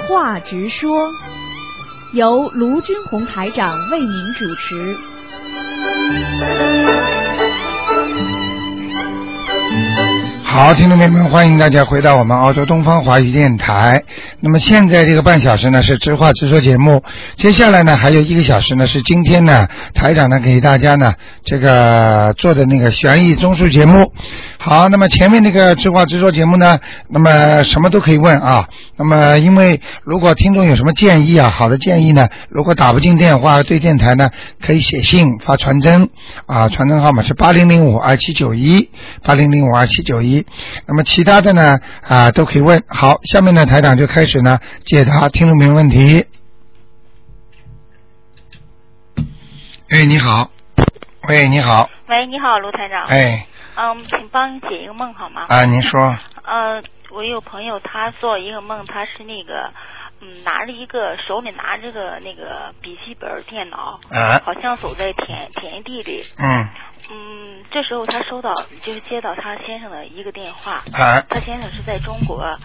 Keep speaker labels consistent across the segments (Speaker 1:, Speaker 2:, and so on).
Speaker 1: 话直说，由卢军红台长为您主持。
Speaker 2: 好，听众朋友们，欢迎大家回到我们澳洲东方华语电台。那么现在这个半小时呢是直话直说节目，接下来呢还有一个小时呢是今天呢台长呢给大家呢这个呃做的那个悬疑综述节目。好，那么前面那个直话直说节目呢，那么什么都可以问啊。那么因为如果听众有什么建议啊，好的建议呢，如果打不进电话对电台呢，可以写信发传真啊，传真号码是八零零五二七九一八零零五二七九一。那么其他的呢啊都可以问。好，下面呢台长就开始呢解答听众朋友问题。哎，你好，喂，你好，
Speaker 3: 喂，你好，卢台长。
Speaker 2: 哎
Speaker 3: 嗯，请帮你解一个梦好吗？
Speaker 2: 啊，您说，
Speaker 3: 呃，我有朋友他做一个梦，他是那个，嗯，拿着一个手里拿着个那个笔记本电脑，
Speaker 2: 啊，
Speaker 3: 好像走在田田地里。
Speaker 2: 嗯，
Speaker 3: 嗯，这时候他收到就是接到他先生的一个电话，
Speaker 2: 啊
Speaker 3: 他先生是在中国，
Speaker 2: 啊，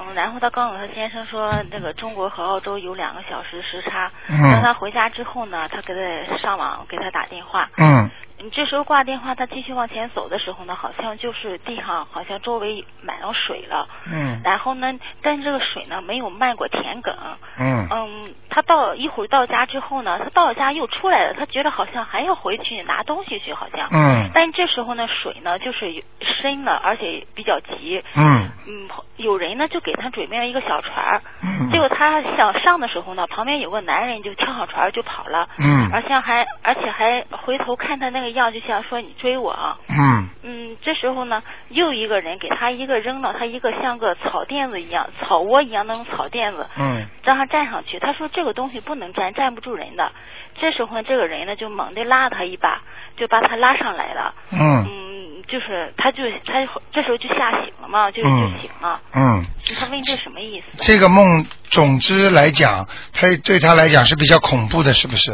Speaker 3: 嗯，然后他告诉他先生说，那个中国和澳洲有两个小时时差。
Speaker 2: 嗯
Speaker 3: 让他回家之后呢，他给他上网给他打电话，
Speaker 2: 嗯
Speaker 3: 你这时候挂电话，他继续往前走的时候呢，好像就是地上好像周围满了水了，
Speaker 2: 嗯
Speaker 3: 然后呢，但是这个水呢没有漫过田埂。
Speaker 2: 嗯
Speaker 3: 嗯，他到一会儿到家之后呢，他到了家又出来了，他觉得好像还要回去拿东西去，好像。
Speaker 2: 嗯
Speaker 3: 但这时候呢，水呢就是深了，而且比较急。
Speaker 2: 嗯
Speaker 3: 嗯，有人呢就给他准备了一个小船儿，
Speaker 2: 嗯，
Speaker 3: 结果他想上的时候呢，旁边有个男人就跳上船儿就跑了。
Speaker 2: 嗯
Speaker 3: 而像还而且还回头看他那个样，就像说你追我啊。
Speaker 2: 嗯
Speaker 3: 嗯，这时候呢，又一个人给他一个扔了他一个像个草垫子一样、草窝一样那种草垫子，
Speaker 2: 嗯
Speaker 3: 让他站上去。他说这个东西不能站，站不住人的。这时候呢，这个人呢就猛地拉他一把，就把他拉上来了。
Speaker 2: 嗯
Speaker 3: 嗯，就是他就他就这时候就吓醒了嘛，就就
Speaker 2: 嗯
Speaker 3: 醒了。
Speaker 2: 嗯，
Speaker 3: 他问这什么意思？
Speaker 2: 这个梦，总之来讲，他对他来讲是比较恐怖的，是不是？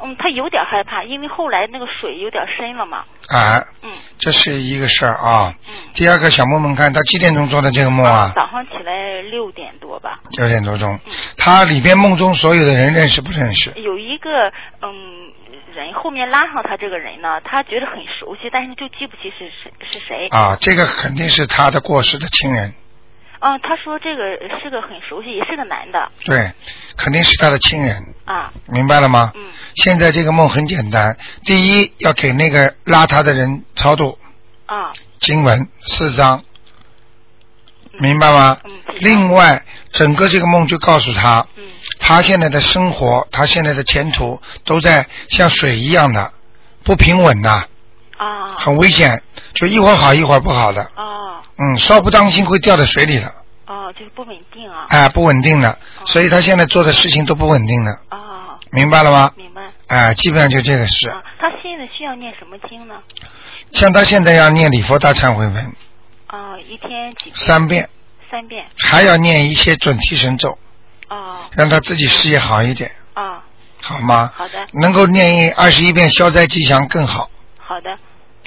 Speaker 3: 嗯，他有点害怕，因为后来那个水有点深了嘛。
Speaker 2: 啊，
Speaker 3: 嗯
Speaker 2: 这是一个事儿啊。
Speaker 3: 嗯。
Speaker 2: 第二个，小梦梦看他几点钟做的这个梦啊？
Speaker 3: 早上起来六点多吧，
Speaker 2: 九点多钟。他里边梦中所有的人认识不认识？
Speaker 3: 有一个嗯人后面拉上他这个人呢，他觉得很熟悉，但是就记不起是是是谁。
Speaker 2: 啊，这个肯定是他的过世的亲人，
Speaker 3: 嗯，他说这个是个很熟悉，也是个男的
Speaker 2: 对，肯定是他的亲人，
Speaker 3: 啊，
Speaker 2: 明白了吗？
Speaker 3: 嗯
Speaker 2: 现在这个梦很简单，第一要给那个拉他的人超度
Speaker 3: 啊，
Speaker 2: 经文四章，
Speaker 3: 嗯
Speaker 2: 明白吗？
Speaker 3: 嗯，
Speaker 2: 另外，整个这个梦就告诉他，
Speaker 3: 嗯
Speaker 2: 他现在的生活，他现在的前途都在像水一样的不平稳呐、
Speaker 3: 啊
Speaker 2: 很危险，就一会儿好一会儿不好的，
Speaker 3: 啊
Speaker 2: 嗯，稍不当心会掉到水里的，
Speaker 3: 啊，就是不稳定啊
Speaker 2: 哎、不稳定的，所以他现在做的事情都不稳定的，
Speaker 3: 啊，
Speaker 2: 明白了吗？
Speaker 3: 明白
Speaker 2: 哎、基本上就这个事。
Speaker 3: 啊。他现在需要念什么经呢？
Speaker 2: 像他现在要念礼佛大忏悔文
Speaker 3: 啊，一天几遍？
Speaker 2: 三遍，
Speaker 3: 三遍
Speaker 2: 还要念一些准提神咒，
Speaker 3: 啊
Speaker 2: 让他自己事业好一点，
Speaker 3: 啊，
Speaker 2: 好吗？
Speaker 3: 好的
Speaker 2: 能够念一二十一遍消灾吉祥更好，
Speaker 3: 好的。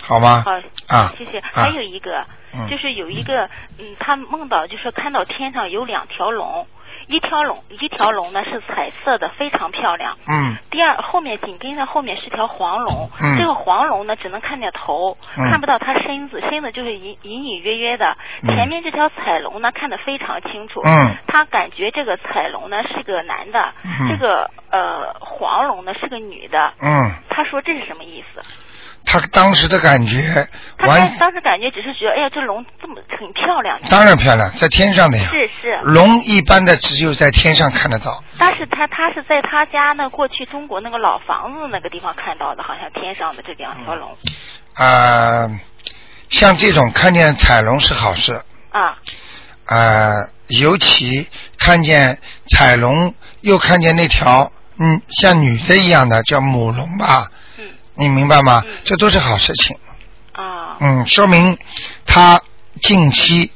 Speaker 2: 好吗？
Speaker 3: 好
Speaker 2: 啊
Speaker 3: 谢谢。
Speaker 2: 啊
Speaker 3: 还有一个，
Speaker 2: 嗯
Speaker 3: 就是有一个，嗯，他梦到就是看到天上有两条龙，一条龙一条龙呢是彩色的，非常漂亮。
Speaker 2: 嗯
Speaker 3: 第二，后面紧跟着后面是条黄龙，
Speaker 2: 嗯
Speaker 3: 这个黄龙呢只能看见头，
Speaker 2: 嗯
Speaker 3: 看不到它身子，身子就是隐隐隐约约的。
Speaker 2: 嗯
Speaker 3: 前面这条彩龙呢看得非常清楚，
Speaker 2: 嗯
Speaker 3: 他感觉这个彩龙呢是个男的，
Speaker 2: 嗯
Speaker 3: 这个呃黄龙呢是个女的。
Speaker 2: 嗯，
Speaker 3: 他说这是什么意思？
Speaker 2: 他当时的感觉
Speaker 3: 他当
Speaker 2: 完，
Speaker 3: 当时感觉只是觉得，哎呀，这龙这么很漂亮，嗯
Speaker 2: 当然漂亮，在天上的呀。
Speaker 3: 是是，
Speaker 2: 龙一般的只有在天上看得到，
Speaker 3: 但是他他是在他家那过去中国那个老房子那个地方看到的，好像天上的这两条龙、
Speaker 2: 呃，像这种看见彩龙是好事，
Speaker 3: 啊，
Speaker 2: 呃，尤其看见彩龙，又看见那条，嗯，像女的一样的叫母龙吧，
Speaker 3: 嗯
Speaker 2: 你明白吗
Speaker 3: 嗯？
Speaker 2: 这都是好事情，
Speaker 3: 啊
Speaker 2: 嗯，说明他近期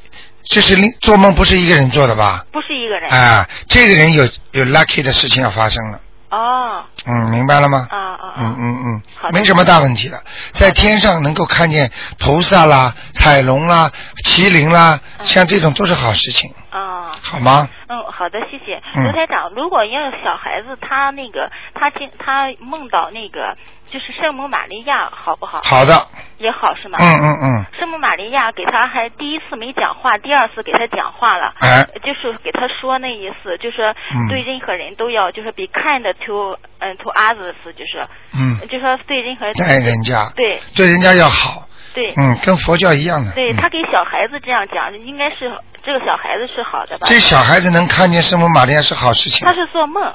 Speaker 2: 这是另做梦不是一个人做的吧？
Speaker 3: 不是一个人，
Speaker 2: 啊、这个人有有 lucky 的事情要发生了，
Speaker 3: 哦
Speaker 2: 嗯，明白了吗？
Speaker 3: 啊啊
Speaker 2: 嗯
Speaker 3: 啊，
Speaker 2: 嗯
Speaker 3: 好
Speaker 2: 嗯，
Speaker 3: 的
Speaker 2: 没什么大问题的，在天上能够看见菩萨啦、彩龙啦、麒麟啦，
Speaker 3: 嗯
Speaker 2: 像这种都是好事情，
Speaker 3: 啊，
Speaker 2: 好吗？
Speaker 4: 嗯，好的，谢谢
Speaker 2: 嗯
Speaker 4: 罗台长。如果要小孩子他那个他经他梦到那个就是圣母玛利亚，好不好？
Speaker 2: 好的，
Speaker 4: 也好是吗？
Speaker 2: 嗯嗯嗯，
Speaker 4: 圣母玛利亚给他还第一次没讲话，第二次给他讲话了。
Speaker 2: 哎，
Speaker 4: 就是给他说那意思，就是
Speaker 2: 嗯
Speaker 4: 对任何人都要，就是比 kind to 嗯 to others，就是
Speaker 2: 嗯，
Speaker 4: 就说对任何人，
Speaker 2: 待人家，
Speaker 4: 对
Speaker 2: 对人家要好，
Speaker 4: 对
Speaker 2: 嗯，跟佛教一样的。
Speaker 4: 对，
Speaker 2: 嗯
Speaker 4: 他给小孩子这样讲，应该是这个小孩子是好的吧？
Speaker 2: 这小孩子能看见圣母玛利亚是好事情
Speaker 4: 啊他，是做梦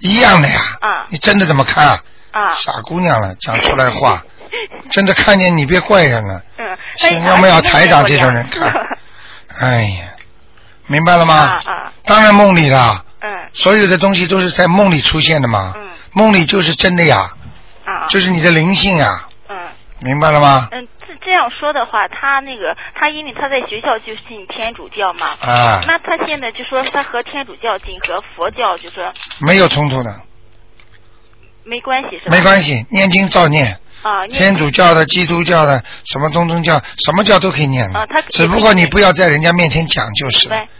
Speaker 2: 一样的呀。
Speaker 4: 啊
Speaker 2: 你真的怎么看啊？
Speaker 4: 啊，
Speaker 2: 傻姑娘了，讲出来 话，真的看见你别怪人了。
Speaker 4: 嗯，
Speaker 2: 是
Speaker 4: 但
Speaker 2: 要不要台长这
Speaker 4: 这
Speaker 2: 种人看哎呀，明白了吗
Speaker 4: 啊？啊，
Speaker 2: 当然梦里啦，
Speaker 4: 嗯
Speaker 2: 所有的东西都是在梦里出现的嘛。
Speaker 4: 嗯
Speaker 2: 梦里就是真的呀，
Speaker 4: 啊，
Speaker 2: 啊就是你的灵性呀，
Speaker 4: 嗯
Speaker 2: 明白了吗？
Speaker 4: 嗯，这这样说的话，他那个他因为他在学校就信天主教嘛，嗯
Speaker 2: 啊，
Speaker 4: 那他现在就说他和天主教进和佛教就说
Speaker 2: 没有冲突的，
Speaker 4: 没关系是吧？
Speaker 2: 没关系，念经照念，
Speaker 4: 啊，念
Speaker 2: 天主教的、基督教的、什么东正教，什么教都可以念的，
Speaker 4: 啊他可以
Speaker 2: 只不过你不要在人家面前讲就是
Speaker 4: 明
Speaker 2: 了
Speaker 4: 白。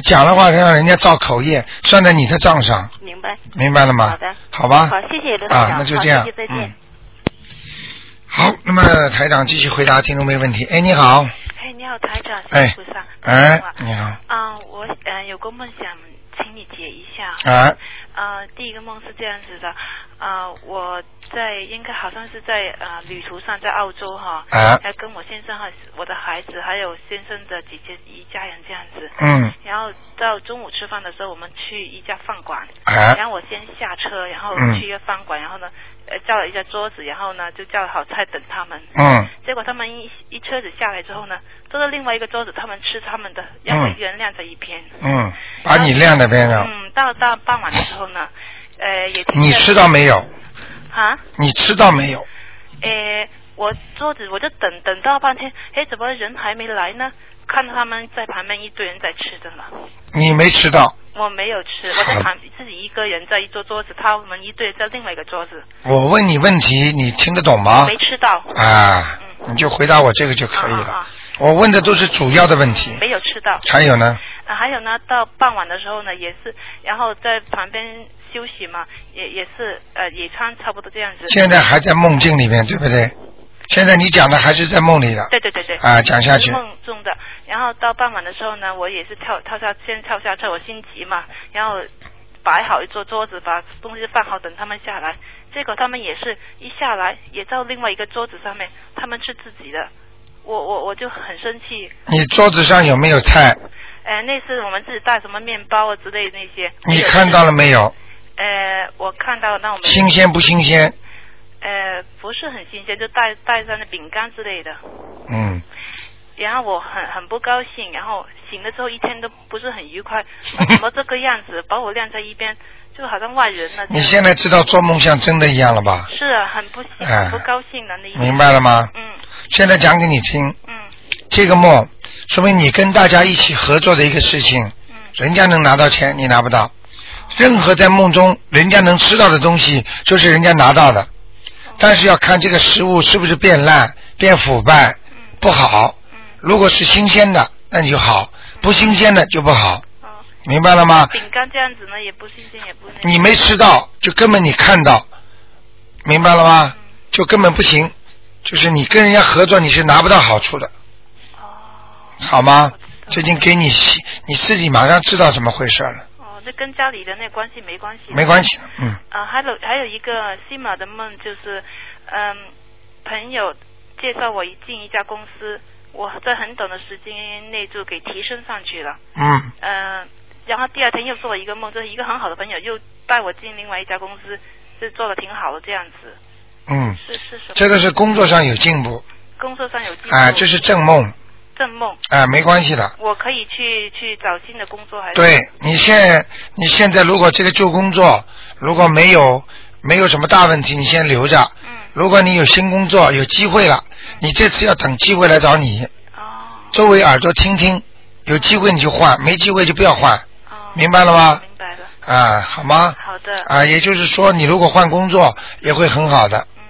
Speaker 2: 讲的话让人家造口业，算在你的账上，
Speaker 4: 明白。
Speaker 2: 明白了吗？
Speaker 4: 好的，
Speaker 2: 好吧。
Speaker 4: 好，谢谢刘台
Speaker 2: 啊
Speaker 4: 长，，
Speaker 2: 那就
Speaker 4: 好
Speaker 2: 这样
Speaker 4: 谢谢，再见。
Speaker 2: 嗯。好，那么台长继续回答听众没问题。哎，你好，
Speaker 3: 哎，你好，台长，
Speaker 2: 哎
Speaker 3: 谢谢菩萨。
Speaker 2: 哎
Speaker 3: 啊，
Speaker 2: 你好，
Speaker 3: 啊，我呃有个梦想，请你解一下。
Speaker 2: 哎，
Speaker 3: 呃，第一个梦是这样子的，呃，我在应该好像是在呃旅途上，在澳洲哈，
Speaker 2: 哎，
Speaker 3: 还跟我先生和我的孩子，还有先生的姐姐一家人这样子。
Speaker 2: 嗯，
Speaker 3: 然后到中午吃饭的时候，我们去一家饭馆，
Speaker 2: 哎，
Speaker 3: 然后我先下车，然后
Speaker 2: 嗯
Speaker 3: 去一个饭馆，然后呢，呃，叫了一下桌子，然后呢就叫了好菜等他们。
Speaker 2: 嗯，
Speaker 3: 结果他们一一车子下来之后呢，坐到另外一个桌子，他们吃他们的，然后
Speaker 2: 嗯
Speaker 3: 一人晾着一边。
Speaker 2: 嗯，把你晾在边上，
Speaker 3: 嗯，到到傍晚的时候呢，呃，也
Speaker 4: 嗯
Speaker 3: 听见
Speaker 2: 你吃到没有？
Speaker 3: 啊？
Speaker 2: 你吃到没有？
Speaker 3: 呃，我桌子我就等等到半天，哎，怎么人还没来呢？看到他们在旁边一堆人在吃的了，
Speaker 2: 你没吃到，
Speaker 3: 我没有吃，我在
Speaker 2: 好
Speaker 3: 旁自己一个人在一桌桌子，他们一堆人在另外一个桌子，
Speaker 2: 我问你问题，你听得懂吗
Speaker 3: 没？吃到，
Speaker 2: 啊，你就回答我这个就可以
Speaker 3: 啊啊
Speaker 2: 了
Speaker 3: 啊。
Speaker 2: 我问的都是主要的问题，
Speaker 3: 没有吃到。
Speaker 2: 还有呢，
Speaker 3: 啊，还有呢，到傍晚的时候呢，也是，然后在旁边休息嘛，也也是呃野餐差不多这样子。
Speaker 2: 现在还在梦境里面，对不对？现在你讲的还是在梦里的
Speaker 3: 对对对对。
Speaker 2: 啊，讲下去
Speaker 3: 是，梦中的，然后到傍晚的时候呢，我也是跳跳下，先跳下车，我心急嘛，然后摆好一桌桌子，把东西放好，等他们下来。结果他们也是一下来，也到另外一个桌子上面，他们吃自己的，我我我就很生气。
Speaker 2: 你桌子上有没有菜？
Speaker 3: 呃，那次我们自己带什么面包啊之类那些。
Speaker 2: 你看到了没有？
Speaker 3: 呃，我看到了，那我们
Speaker 2: 新鲜不新鲜？
Speaker 3: 呃，不是很新鲜，就带带上的饼干之类的。
Speaker 2: 嗯，
Speaker 3: 然后我很很不高兴，然后醒了之后一天都不是很 愉快，怎么这个样子，把我晾在一边，就好像外人了。
Speaker 2: 你现在知道做梦像真的一样了吧？
Speaker 3: 是啊，很不喜
Speaker 2: 哎
Speaker 3: 很不高兴的那一
Speaker 2: 明白了吗？
Speaker 3: 嗯
Speaker 2: 现在讲给你听，
Speaker 3: 嗯
Speaker 2: 这个梦说明你跟大家一起合作的一个事情，
Speaker 3: 嗯
Speaker 2: 人家能拿到钱，你拿不到。任何在梦中人家能吃到的东西，就是人家拿到的，
Speaker 3: 嗯
Speaker 2: 但是要看这个食物是不是变烂、变腐败、
Speaker 3: 嗯
Speaker 2: 不好。
Speaker 3: 嗯
Speaker 2: 如果是新鲜的，那你就好；不新鲜的就不好，
Speaker 3: 哦，
Speaker 2: 明白了吗？
Speaker 3: 饼干这样子呢，也不新鲜，也不那个
Speaker 2: 啊你没吃到，就根本你看到，明白了吗？
Speaker 3: 嗯
Speaker 2: 就根本不行，就是你跟人家合作，你是拿不到好处的，
Speaker 3: 哦
Speaker 2: 好吗？这已经给你洗，你自己马上知道怎么回事了，
Speaker 3: 哦，这跟家里的那关系没关系。
Speaker 2: 没关系，嗯，
Speaker 3: 啊，还有还有一个西马的梦就是，嗯，朋友介绍我一进一家公司，我在很短的时间内就给提升上去了，
Speaker 2: 嗯，
Speaker 3: 嗯，然后第二天又做了一个梦，就是一个很好的朋友又带我进另外一家公司，是做的挺好的这样子，
Speaker 2: 嗯，
Speaker 3: 是是什么？
Speaker 2: 这个是工作上有进步，
Speaker 3: 工作上有进步，
Speaker 2: 啊，这是正梦，
Speaker 3: 正梦，
Speaker 2: 啊，没关系的。
Speaker 3: 我可以去去找新的工作还是？
Speaker 2: 对你现你现在如果这个旧工作如果没有没有什么大问题，你先留着。
Speaker 3: 嗯，
Speaker 2: 如果你有新工作有机会了，你这次要等机会来找你。
Speaker 3: 哦
Speaker 2: 周围耳朵听听，有机会你就换，没机会就不要换
Speaker 3: 哦，
Speaker 2: 明白了吗
Speaker 3: 明白了，
Speaker 2: 啊，好吗？
Speaker 3: 好的。
Speaker 2: 啊，也就是说，你如果换工作也会很好的。
Speaker 3: 嗯，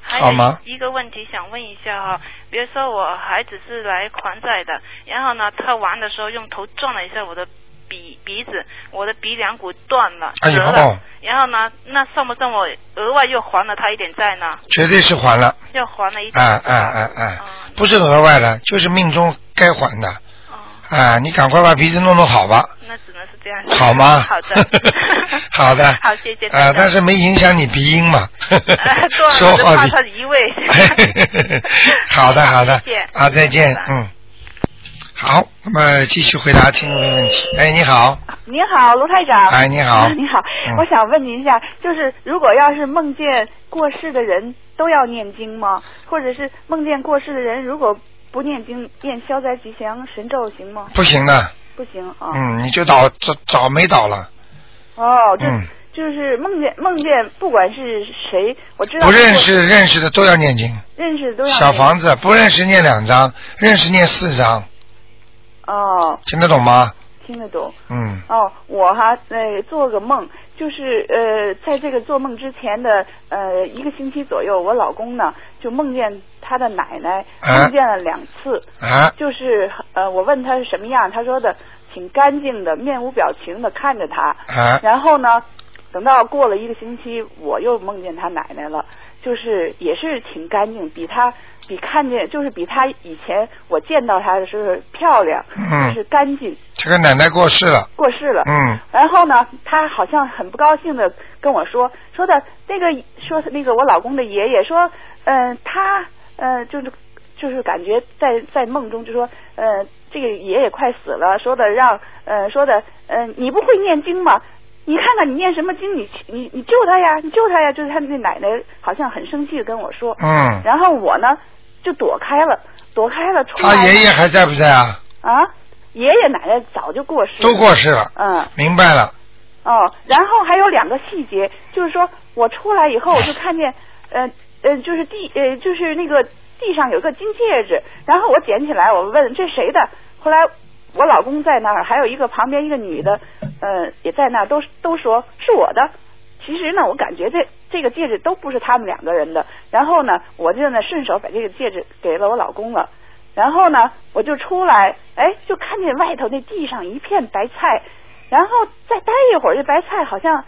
Speaker 3: 还
Speaker 2: 好吗
Speaker 3: 有一个问题想问一下哈、比如说我孩子是来还债的，然后呢，他玩的时候用头撞了一下我的
Speaker 5: 鼻鼻子，我的鼻梁骨断了，
Speaker 2: 哎呦
Speaker 5: 折了。然后呢，那算不算我额外又还了他一点债呢？
Speaker 2: 绝对是还了，
Speaker 5: 又还了一点。
Speaker 2: 啊啊啊啊
Speaker 5: 哦！
Speaker 2: 不是额外的，就是命中该还的
Speaker 5: 哦，
Speaker 2: 啊！你赶快把鼻子弄弄好吧，
Speaker 5: 那只能是这样。
Speaker 2: 好吗？。
Speaker 5: 好的
Speaker 2: 好的，
Speaker 5: 好，谢谢。
Speaker 2: 啊，但
Speaker 5: 是。
Speaker 2: 是没影响你鼻音 嘛
Speaker 5: 哎，对，，
Speaker 2: 说
Speaker 5: 我就
Speaker 2: 好
Speaker 5: 怕
Speaker 2: 你。
Speaker 5: 他移位
Speaker 2: 好的，好的
Speaker 5: 谢谢，
Speaker 2: 啊，再见
Speaker 5: 拜，拜
Speaker 2: 嗯。好，那么继续回答听众的问题。哎，你好，
Speaker 6: 你好，卢台长。，
Speaker 2: 哎，你好
Speaker 6: 你好
Speaker 2: 嗯，
Speaker 6: 我想问您一下，就是如果要是梦见过世的人都要念经吗？或者是梦见过世的人如果不念经，念消灾吉祥神咒行吗？
Speaker 2: 不行了，
Speaker 6: 不行啊。
Speaker 2: 嗯，你就倒早早没倒了，
Speaker 6: 哦，就、
Speaker 2: 嗯，
Speaker 6: 就是梦见梦见，不管是谁，我知道
Speaker 2: 不认识认识的都要念经，
Speaker 6: 认识都要念
Speaker 2: 小房子不认识念两张，认识念四张，
Speaker 6: 哦，
Speaker 2: 听得懂吗？
Speaker 6: 听得懂。
Speaker 2: 嗯，
Speaker 6: 哦，我哈呃做个梦，就是呃在这个做梦之前的呃一个星期左右，我老公呢就梦见他的奶奶，
Speaker 2: 啊
Speaker 6: 梦见了两次，
Speaker 2: 啊，
Speaker 6: 就是呃我问他是什么样，他说的挺干净的，面无表情的看着他，
Speaker 2: 啊，
Speaker 6: 然后呢，等到过了一个星期，我又梦见他奶奶了，就是也是挺干净，比他比看见就是比他以前我见到他的时候漂亮，
Speaker 2: 嗯
Speaker 6: 就是干净，
Speaker 2: 这个奶奶过世了，
Speaker 6: 过世了。
Speaker 2: 嗯，
Speaker 6: 然后呢，他好像很不高兴的跟我说，说的那个说那个我老公的爷爷说，嗯、他呃就是就是感觉在在梦中就说，呃这个爷爷快死了，说的让呃说的呃你不会念经吗？你看看你念什么经，你去你你救他呀，你救他呀！就是他那奶奶好像很生气的跟我说，
Speaker 2: 嗯，
Speaker 6: 然后我呢就躲开了，躲开了出来
Speaker 2: 他
Speaker 6: 了。
Speaker 2: 爷爷还在不在啊？
Speaker 6: 啊，爷爷奶奶早就过世了，
Speaker 2: 都过世了，
Speaker 6: 嗯。
Speaker 2: 明白了，
Speaker 6: 哦，然后还有两个细节，就是说我出来以后，我就看见，呃呃，就是地呃，就是那个地上有个金戒指，然后我捡起来，我问这谁的，后来我老公在那儿，还有一个旁边一个女的，呃，也在那儿，都都说是我的。其实呢，我感觉这这个戒指都不是他们两个人的。然后呢，我就呢顺手把这个戒指给了我老公了。然后呢，我就出来，哎，就看见外头那地上一片白菜，然后再待一会儿，这白菜好像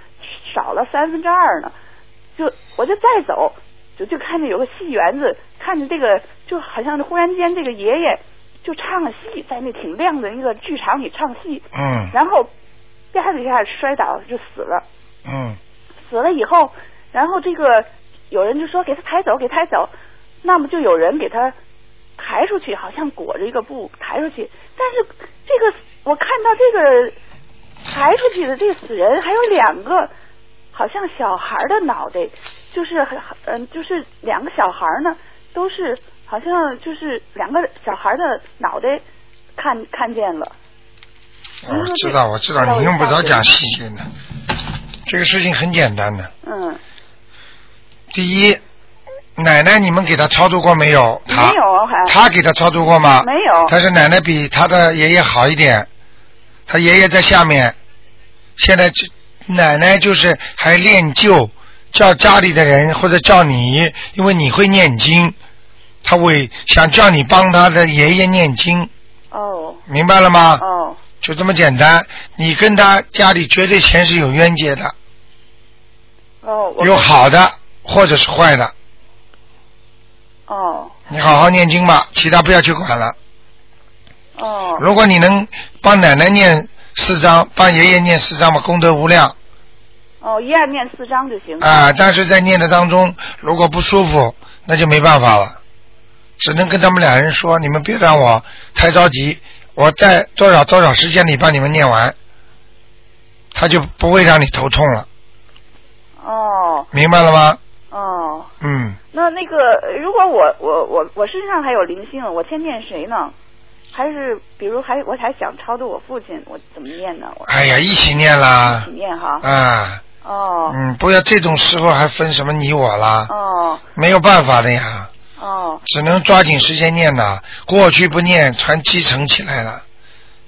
Speaker 6: 少了三分之二呢，就我就再走，就就看见有个戏园子，看见这个就好像忽然间这个爷爷就唱了戏，在那挺亮的那个剧场里唱戏，
Speaker 2: 嗯
Speaker 6: 然后啪的一下摔倒就死了。
Speaker 2: 嗯，
Speaker 6: 死了以后，然后这个有人就说给他抬走，给抬走，那么就有人给他抬出去，好像裹着一个布抬出去。但是这个我看到这个抬出去的这个死人还有两个，好像小孩儿的脑袋，就是很嗯、就是两个小孩儿呢，都是好像就是两个小孩儿的脑袋看看见了。
Speaker 2: 我哦知道，我知道，你用不着讲细节的，这个事情很简单的。
Speaker 6: 嗯，
Speaker 2: 第一，奶奶，你们给他超度过没有？他
Speaker 6: 没有啊还
Speaker 2: 他给他超度过吗？
Speaker 6: 没有
Speaker 2: 但是奶奶比他的爷爷好一点，他爷爷在下面，现在就奶奶就是还练就，叫家里的人或者叫你，因为你会念经，他会想叫你帮他的爷爷念经，
Speaker 6: 哦
Speaker 2: 明白了吗？
Speaker 6: 哦
Speaker 2: 就这么简单，你跟他家里绝对前世有冤结的，
Speaker 6: 哦，我
Speaker 2: 有好的或者是坏的。
Speaker 6: 哦
Speaker 2: 你好好念经吧，其他不要去管了。
Speaker 6: 哦
Speaker 2: 如果你能帮奶奶念四章，帮爷爷念四章嘛，功德无量
Speaker 6: 哦，一二念四章就行。
Speaker 2: 啊、但是在念的当中，如果不舒服，那就没办法了，只能跟他们两人说，你们别让我太着急，我在多少多少时间里帮你们念完，他就不会让你头痛了，
Speaker 6: 哦
Speaker 2: 明白了吗？
Speaker 6: 哦，
Speaker 2: 嗯，
Speaker 6: 那那个，呃如果我我我我身上还有灵性，我先念谁呢？还是比如还我还想超度我父亲，我怎么念呢？我
Speaker 2: 哎呀，一起念啦
Speaker 6: 一起，念哈。
Speaker 2: 啊，
Speaker 6: 哦
Speaker 2: 嗯，不要这种时候还分什么你我啦，
Speaker 6: 哦
Speaker 2: 没有办法的呀。
Speaker 6: 哦
Speaker 2: 只能抓紧时间念呐，过去不念，传积成起来了，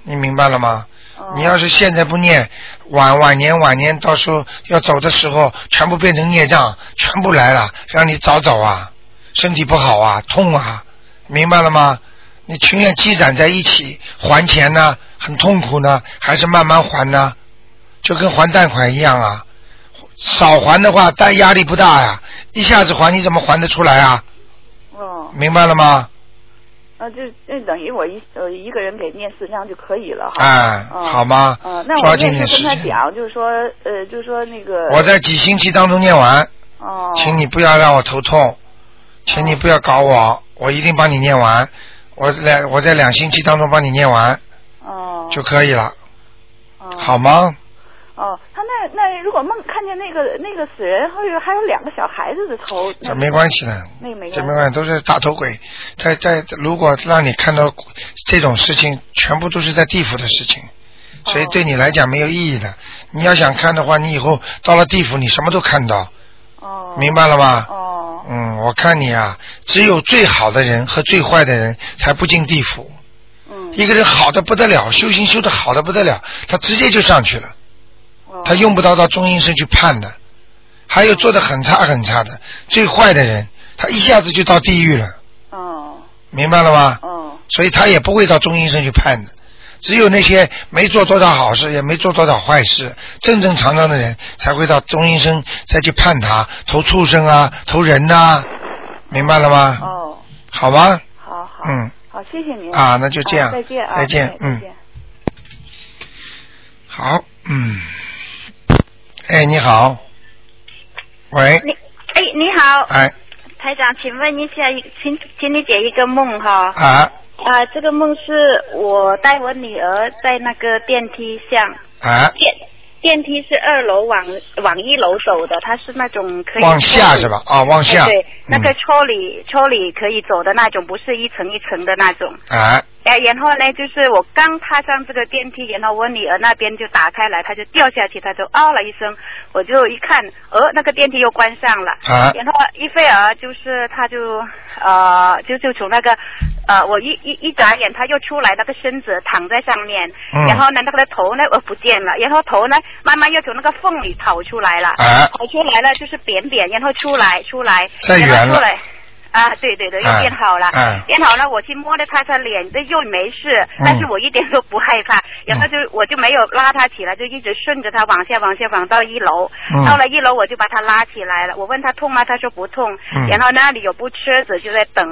Speaker 2: 你明白了吗？
Speaker 6: 哦。
Speaker 2: 你要是现在不念，晚晚年晚年到时候要走的时候，全部变成孽障，全部来了，让你早走啊，身体不好啊，痛啊，明白了吗？你情愿积攒在一起还钱呢，很痛苦呢，还是慢慢还呢？就跟还贷款一样啊，少还的话，贷压力不大呀、一下子还你怎么还得出来啊？
Speaker 6: 哦，
Speaker 2: 明白了吗？
Speaker 6: 呃，就那等于我一呃一个人给念四张就可以了哈。
Speaker 2: 哎，
Speaker 6: 嗯
Speaker 2: 好吗？
Speaker 6: 嗯、那我
Speaker 2: 抓
Speaker 6: 那
Speaker 2: 紧点
Speaker 6: 次
Speaker 2: 时
Speaker 6: 跟他
Speaker 2: 间。
Speaker 6: 讲，就是说，呃，就是说那个，
Speaker 2: 我在几星期当中念完，
Speaker 6: 哦，
Speaker 2: 请你不要让我头痛，请你不要搞
Speaker 6: 哦
Speaker 2: 我，我一定帮你念完。我两我在两星期当中帮你念完
Speaker 6: 哦，
Speaker 2: 就可以了，
Speaker 6: 哦
Speaker 2: 好吗？
Speaker 6: 哦，他那那如果梦看见那个那个死人，还有还有两个小孩子的头，那
Speaker 2: 这没关系的，
Speaker 6: 那个没
Speaker 2: 这
Speaker 6: 关
Speaker 2: 没关系，都是大头鬼。在在，如果让你看到这种事情，全部都是在地府的事情，所以
Speaker 6: 哦
Speaker 2: 对你来讲没有意义的。你要想看的话，你以后到了地府，你什么都看到，
Speaker 6: 哦，
Speaker 2: 明白了吗？
Speaker 6: 哦
Speaker 2: 嗯，我看你啊，只有最好的人和最坏的人才不进地府。
Speaker 6: 嗯，
Speaker 2: 一个人好的不得了，修行修的好的不得了，他直接就上去了，
Speaker 6: 哦
Speaker 2: 他用不到到中阴身去判的。还有做的很差很差的，最坏的人，他一下子就到地狱了，
Speaker 6: 哦
Speaker 2: 明白了吗？
Speaker 6: 哦
Speaker 2: 所以他也不会到中阴身去判的。只有那些没做多少好事，也没做多少坏事，正正常常的人才会到中阴身再去判他投畜生啊，投人呐、明白了吗？
Speaker 6: 哦，
Speaker 2: 好吗？
Speaker 6: 好好，
Speaker 2: 嗯，
Speaker 6: 好，谢谢您
Speaker 2: 啊那就这样
Speaker 6: 再见啊，
Speaker 2: 再见
Speaker 6: 哎
Speaker 2: 嗯
Speaker 6: 再见
Speaker 2: 好，嗯。哎，你好。喂，
Speaker 7: 你哎，你好，
Speaker 2: 哎
Speaker 7: 台长，请问一下，请请你解一个梦哈。
Speaker 2: 啊
Speaker 7: 啊、这个梦是我带我女儿在那个电梯上，
Speaker 2: 啊，
Speaker 7: 电电梯是二楼往往一楼走的，它是那种可以
Speaker 2: 往
Speaker 7: 抽
Speaker 2: 下
Speaker 7: 离
Speaker 2: 是吧？？啊，往
Speaker 7: 哎
Speaker 2: 下。
Speaker 7: 对，那个
Speaker 2: 嗯
Speaker 7: 抽里抽里可以走的那种，不是一层一层的那种。
Speaker 2: 啊
Speaker 7: 哎，然后呢，就是我刚踏上这个电梯，然后我女儿那边就打开来，她就掉下去，她就嗷了一声，我就一看，呃，那个电梯又关上了。
Speaker 2: 啊
Speaker 7: 然后伊菲尔就是他就呃就就从那个呃我一一一眨眼他又出来那个身子躺在上面，
Speaker 2: 嗯
Speaker 7: 然后呢那个头呢呃不见了，然后头呢慢慢又从那个缝里跑出来了，
Speaker 2: 啊
Speaker 7: 跑出来了就是扁扁，然后出来出来，
Speaker 2: 再圆了
Speaker 7: 然后出来。啊，对对对，又
Speaker 2: 哎
Speaker 7: 变好了，
Speaker 2: 哎
Speaker 7: 变好了。我去摸了他他脸，这又没事，
Speaker 2: 嗯
Speaker 7: 但是我一点都不害怕。然后就我就没有拉他起来，就一直顺着他往下往下往到一楼，
Speaker 2: 嗯
Speaker 7: 到了一楼我就把他拉起来了，我问他痛吗？他说不痛。
Speaker 2: 嗯
Speaker 7: 然后那里有部车子就在等，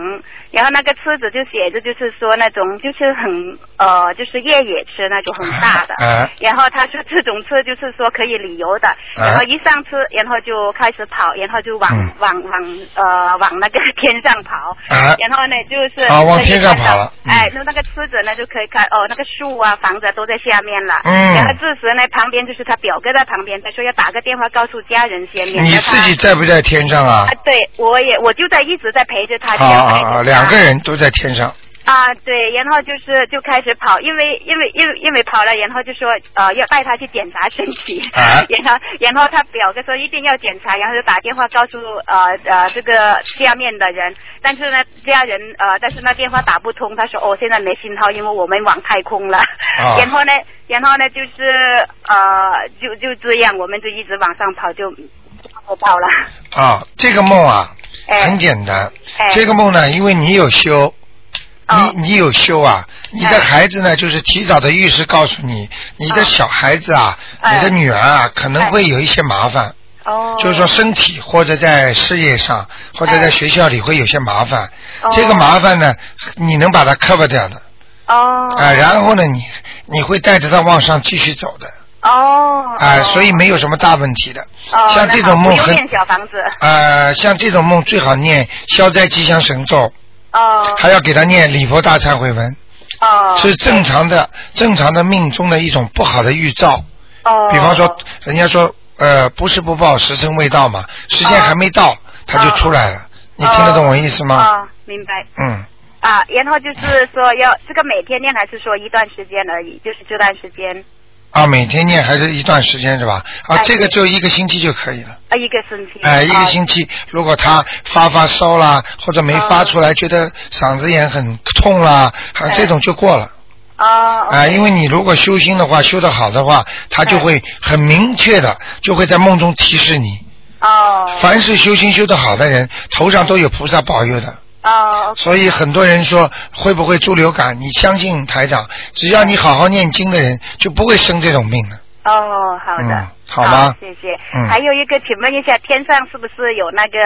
Speaker 7: 然后那个车子就写着就是说那种就是很呃就是越野车那种很大的。
Speaker 2: 啊
Speaker 7: 然后他说这种车就是说可以旅游的，然后一上车，然后就开始跑，然后就往、
Speaker 2: 嗯
Speaker 7: 往往呃往那个 天上跑，
Speaker 2: 啊
Speaker 7: 然后呢就是
Speaker 2: 啊往
Speaker 7: 可以
Speaker 2: 天上
Speaker 7: 看到
Speaker 2: 跑了嗯
Speaker 7: 哎，那那个车子呢就可以看哦，那个树啊房子啊都在下面了，
Speaker 2: 嗯
Speaker 7: 然后这时呢旁边就是他表哥在旁边，他说要打个电话告诉家人先，免
Speaker 2: 你
Speaker 7: 得
Speaker 2: 自
Speaker 7: 他
Speaker 2: 己在不在天上啊
Speaker 7: 啊？，对，我也我就在一直在陪着他，
Speaker 2: 啊啊
Speaker 7: 这样陪着
Speaker 2: 啊！
Speaker 7: 他
Speaker 2: 两个人都在天上。
Speaker 7: 啊，对，然后就是就开始跑，因为因为因为因为跑了，然后就说呃要带他去检查身体，
Speaker 2: 啊
Speaker 7: 然后然后他表哥说一定要检查，然后就打电话告诉呃呃这个下面的人，但是呢家人呃但是那电话打不通，他说哦现在没信号，因为我们往太空了，
Speaker 2: 啊
Speaker 7: 然后呢然后呢就是呃就就这样，我们就一直往上跑就我跑了，
Speaker 2: 啊，这个梦啊，
Speaker 7: 哎
Speaker 2: 很简单。
Speaker 7: 哎
Speaker 2: 这个梦呢，因为你有修，
Speaker 7: 哦
Speaker 2: 你你有修啊，你的
Speaker 7: 哎
Speaker 2: 孩子呢，就是提早的预示告诉你，你的
Speaker 7: 哦
Speaker 2: 小孩子啊，
Speaker 7: 哎
Speaker 2: 你的女儿啊，可能会有一些麻烦，
Speaker 7: 哦，哎
Speaker 2: 就是说身体或者在事业上或者在学校里会有些麻烦。
Speaker 7: 哦
Speaker 2: 这个麻烦呢，你能把它 cover 掉的
Speaker 7: 哦
Speaker 2: 啊，然后呢，你你会带着他往上继续走的
Speaker 7: 哦
Speaker 2: 啊，
Speaker 7: 哦
Speaker 2: 所以没有什么大问题的。
Speaker 7: 哦，
Speaker 2: 像这种梦
Speaker 7: 那好不
Speaker 2: 很
Speaker 7: 用念小房子
Speaker 2: 呃，像这种梦最好念消灾吉祥神咒，
Speaker 7: 哦
Speaker 2: 还要给他念礼佛大忏悔文，
Speaker 7: 哦
Speaker 2: 是正常的正常的命中的一种不好的预兆。
Speaker 7: 哦，
Speaker 2: 比方说，人家说呃不是不报，时辰未到嘛，时间还没到，他就出来了。你听得懂我意思吗？
Speaker 7: 哦，明白
Speaker 2: 嗯，
Speaker 7: 啊。然后就是说要这个每天念，还是说一段时间而已？就是这段时间
Speaker 2: 啊，每天念还是一段时间是吧？啊，
Speaker 7: 哎
Speaker 2: 这个
Speaker 7: 对
Speaker 2: 就一个星期就可以了。
Speaker 7: 啊，一个星期
Speaker 2: 哎，一个
Speaker 7: 期
Speaker 2: 星期，如果他发发烧啦，或者没
Speaker 7: 哦
Speaker 2: 发出来，觉得嗓子眼很痛啦，
Speaker 7: 哎
Speaker 2: 啊，这种就过了。
Speaker 7: 哦
Speaker 2: 啊，因
Speaker 7: 为
Speaker 2: 为你如果修心的话，修得好的话，他
Speaker 7: 哎
Speaker 2: 就会很明确的，就会在梦中提示你。
Speaker 7: 哦
Speaker 2: 凡是修心修得好的人，头上都有菩萨保佑的。
Speaker 7: 哦，
Speaker 2: 所以很多人说会不会猪流感？你相信台长，只要你好好念经的人，就不会生这种病的。
Speaker 7: 哦，好的，
Speaker 2: 嗯好吗
Speaker 7: 谢谢。
Speaker 2: 嗯
Speaker 7: 还有一个，请问一下，天上是不是有那个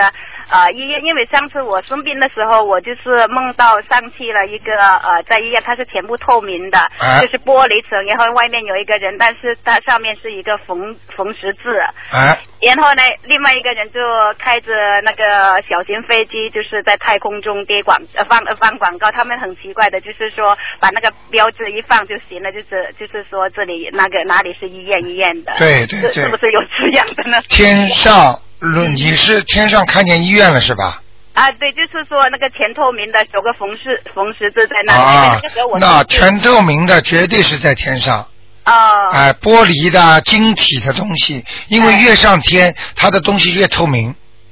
Speaker 7: 呃医院？因为上次我生病的时候，我就是梦到上去了一个呃，在医院它是全部透明的，
Speaker 2: 哎
Speaker 7: 就是玻璃层，然后外面有一个人，但是它上面是一个缝缝十字。
Speaker 2: 哎，
Speaker 7: 然后呢，另外一个人就开着那个小型飞机，就是在太空中跌广呃放呃放广告。他们很奇怪的，就是说把那个标志一放就行了，就是就是说这里那个哪里是医院医院的，
Speaker 2: 对对
Speaker 7: 是
Speaker 2: 对
Speaker 7: 是不嗯是有这样的呢？
Speaker 2: 天上论你是天上看见医院了是吧？
Speaker 7: 啊，对，就是说那个前透明的有个冯氏冯十字在那里，
Speaker 2: 啊
Speaker 7: 那个时候我，
Speaker 2: 那全透明的绝对是在天上，
Speaker 7: 啊、
Speaker 2: 哎，玻璃的、晶体的东西，因为
Speaker 7: 哎
Speaker 2: 越上天，它的东西越透明，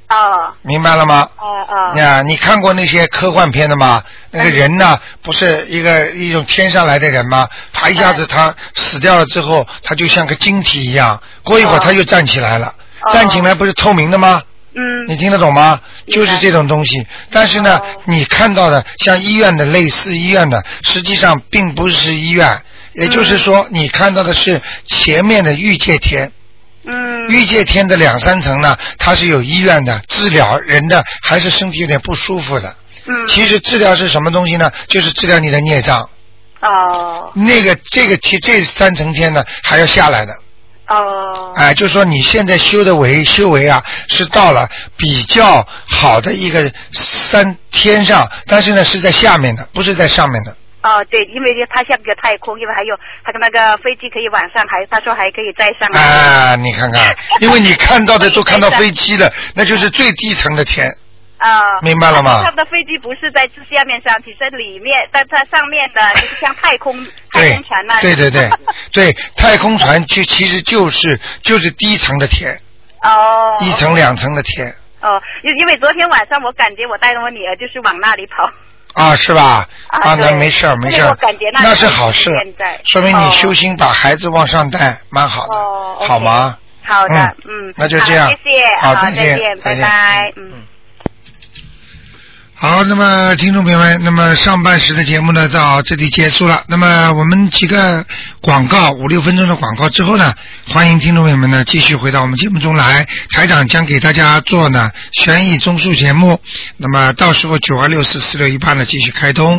Speaker 7: 哦
Speaker 2: 明白了吗？
Speaker 7: 哦哦
Speaker 2: 呀，你看过那些科幻片的吗？那个人呢，不是一个一种天上来的人吗？他一下子
Speaker 7: 嗯
Speaker 2: 他死掉了之后，他就像个晶体一样，过一会儿
Speaker 7: 哦
Speaker 2: 他又站起来了，
Speaker 7: 哦
Speaker 2: 站起来不是透明的吗？
Speaker 7: 嗯
Speaker 2: 你听得懂吗？
Speaker 7: 明白
Speaker 2: 就是这种东西。但是呢
Speaker 7: 哦，
Speaker 2: 你看到的像医院的类似医院的，实际上并不是医院，也就是说，你看到的是前面的御界天。
Speaker 7: 嗯
Speaker 2: 御界天的两三层呢，它是有医院的治疗人的，还是身体有点不舒服的。
Speaker 7: 嗯
Speaker 2: 其实治疗是什么东西呢？就是治疗你的孽障。
Speaker 7: 哦
Speaker 2: 那个这个天这三层天呢，还要下来的。
Speaker 7: 哦
Speaker 2: 哎，就说你现在修的为修为啊，是到了比较好的一个三天上，但是呢是在下面的，不是在上面的。
Speaker 7: 哦，对，因为它下面有太空，因为还有它的那个飞机可以往上，还他说还可以再上来。
Speaker 2: 啊，你看看，因为你看到的都看到飞机了，那就是最低层的天。
Speaker 7: 啊，
Speaker 2: 明白了吗
Speaker 7: 它的飞机不是在下面上去，在里面，但它上面的就是像太空太
Speaker 2: 对
Speaker 7: 空船那，里。
Speaker 2: 对对对对，太空船就其实就是就是低层的天，
Speaker 7: 哦。
Speaker 2: 一层两层的天
Speaker 7: 哦，因因为昨天晚上我感觉我带着我女儿就是往那里跑。
Speaker 2: 啊，是吧？
Speaker 7: 啊
Speaker 2: 那
Speaker 7: 对
Speaker 2: 没事儿没事
Speaker 7: 因为我
Speaker 2: 儿
Speaker 7: 感觉，那
Speaker 2: 那是好事
Speaker 7: 现在，
Speaker 2: 说明你
Speaker 7: 哦
Speaker 2: 修心把孩子往上带，蛮好
Speaker 7: 哦
Speaker 2: 的，
Speaker 7: ，OK
Speaker 2: 好吗？
Speaker 7: 好的，
Speaker 2: 嗯
Speaker 7: 嗯，
Speaker 2: 那就这样
Speaker 7: 好谢谢，
Speaker 2: 好再
Speaker 7: 再
Speaker 2: 见
Speaker 7: 见，
Speaker 2: 再
Speaker 7: 拜
Speaker 2: 见
Speaker 7: 拜，嗯。
Speaker 2: 好，那么听众朋友们，那么上半时的节目呢到这里结束了。那么我们几个广告五六分钟的广告之后呢，欢迎听众朋友们呢继续回到我们节目中来。台长将给大家做呢悬疑综述节目，那么到时候九二六四四六一八呢继续开通。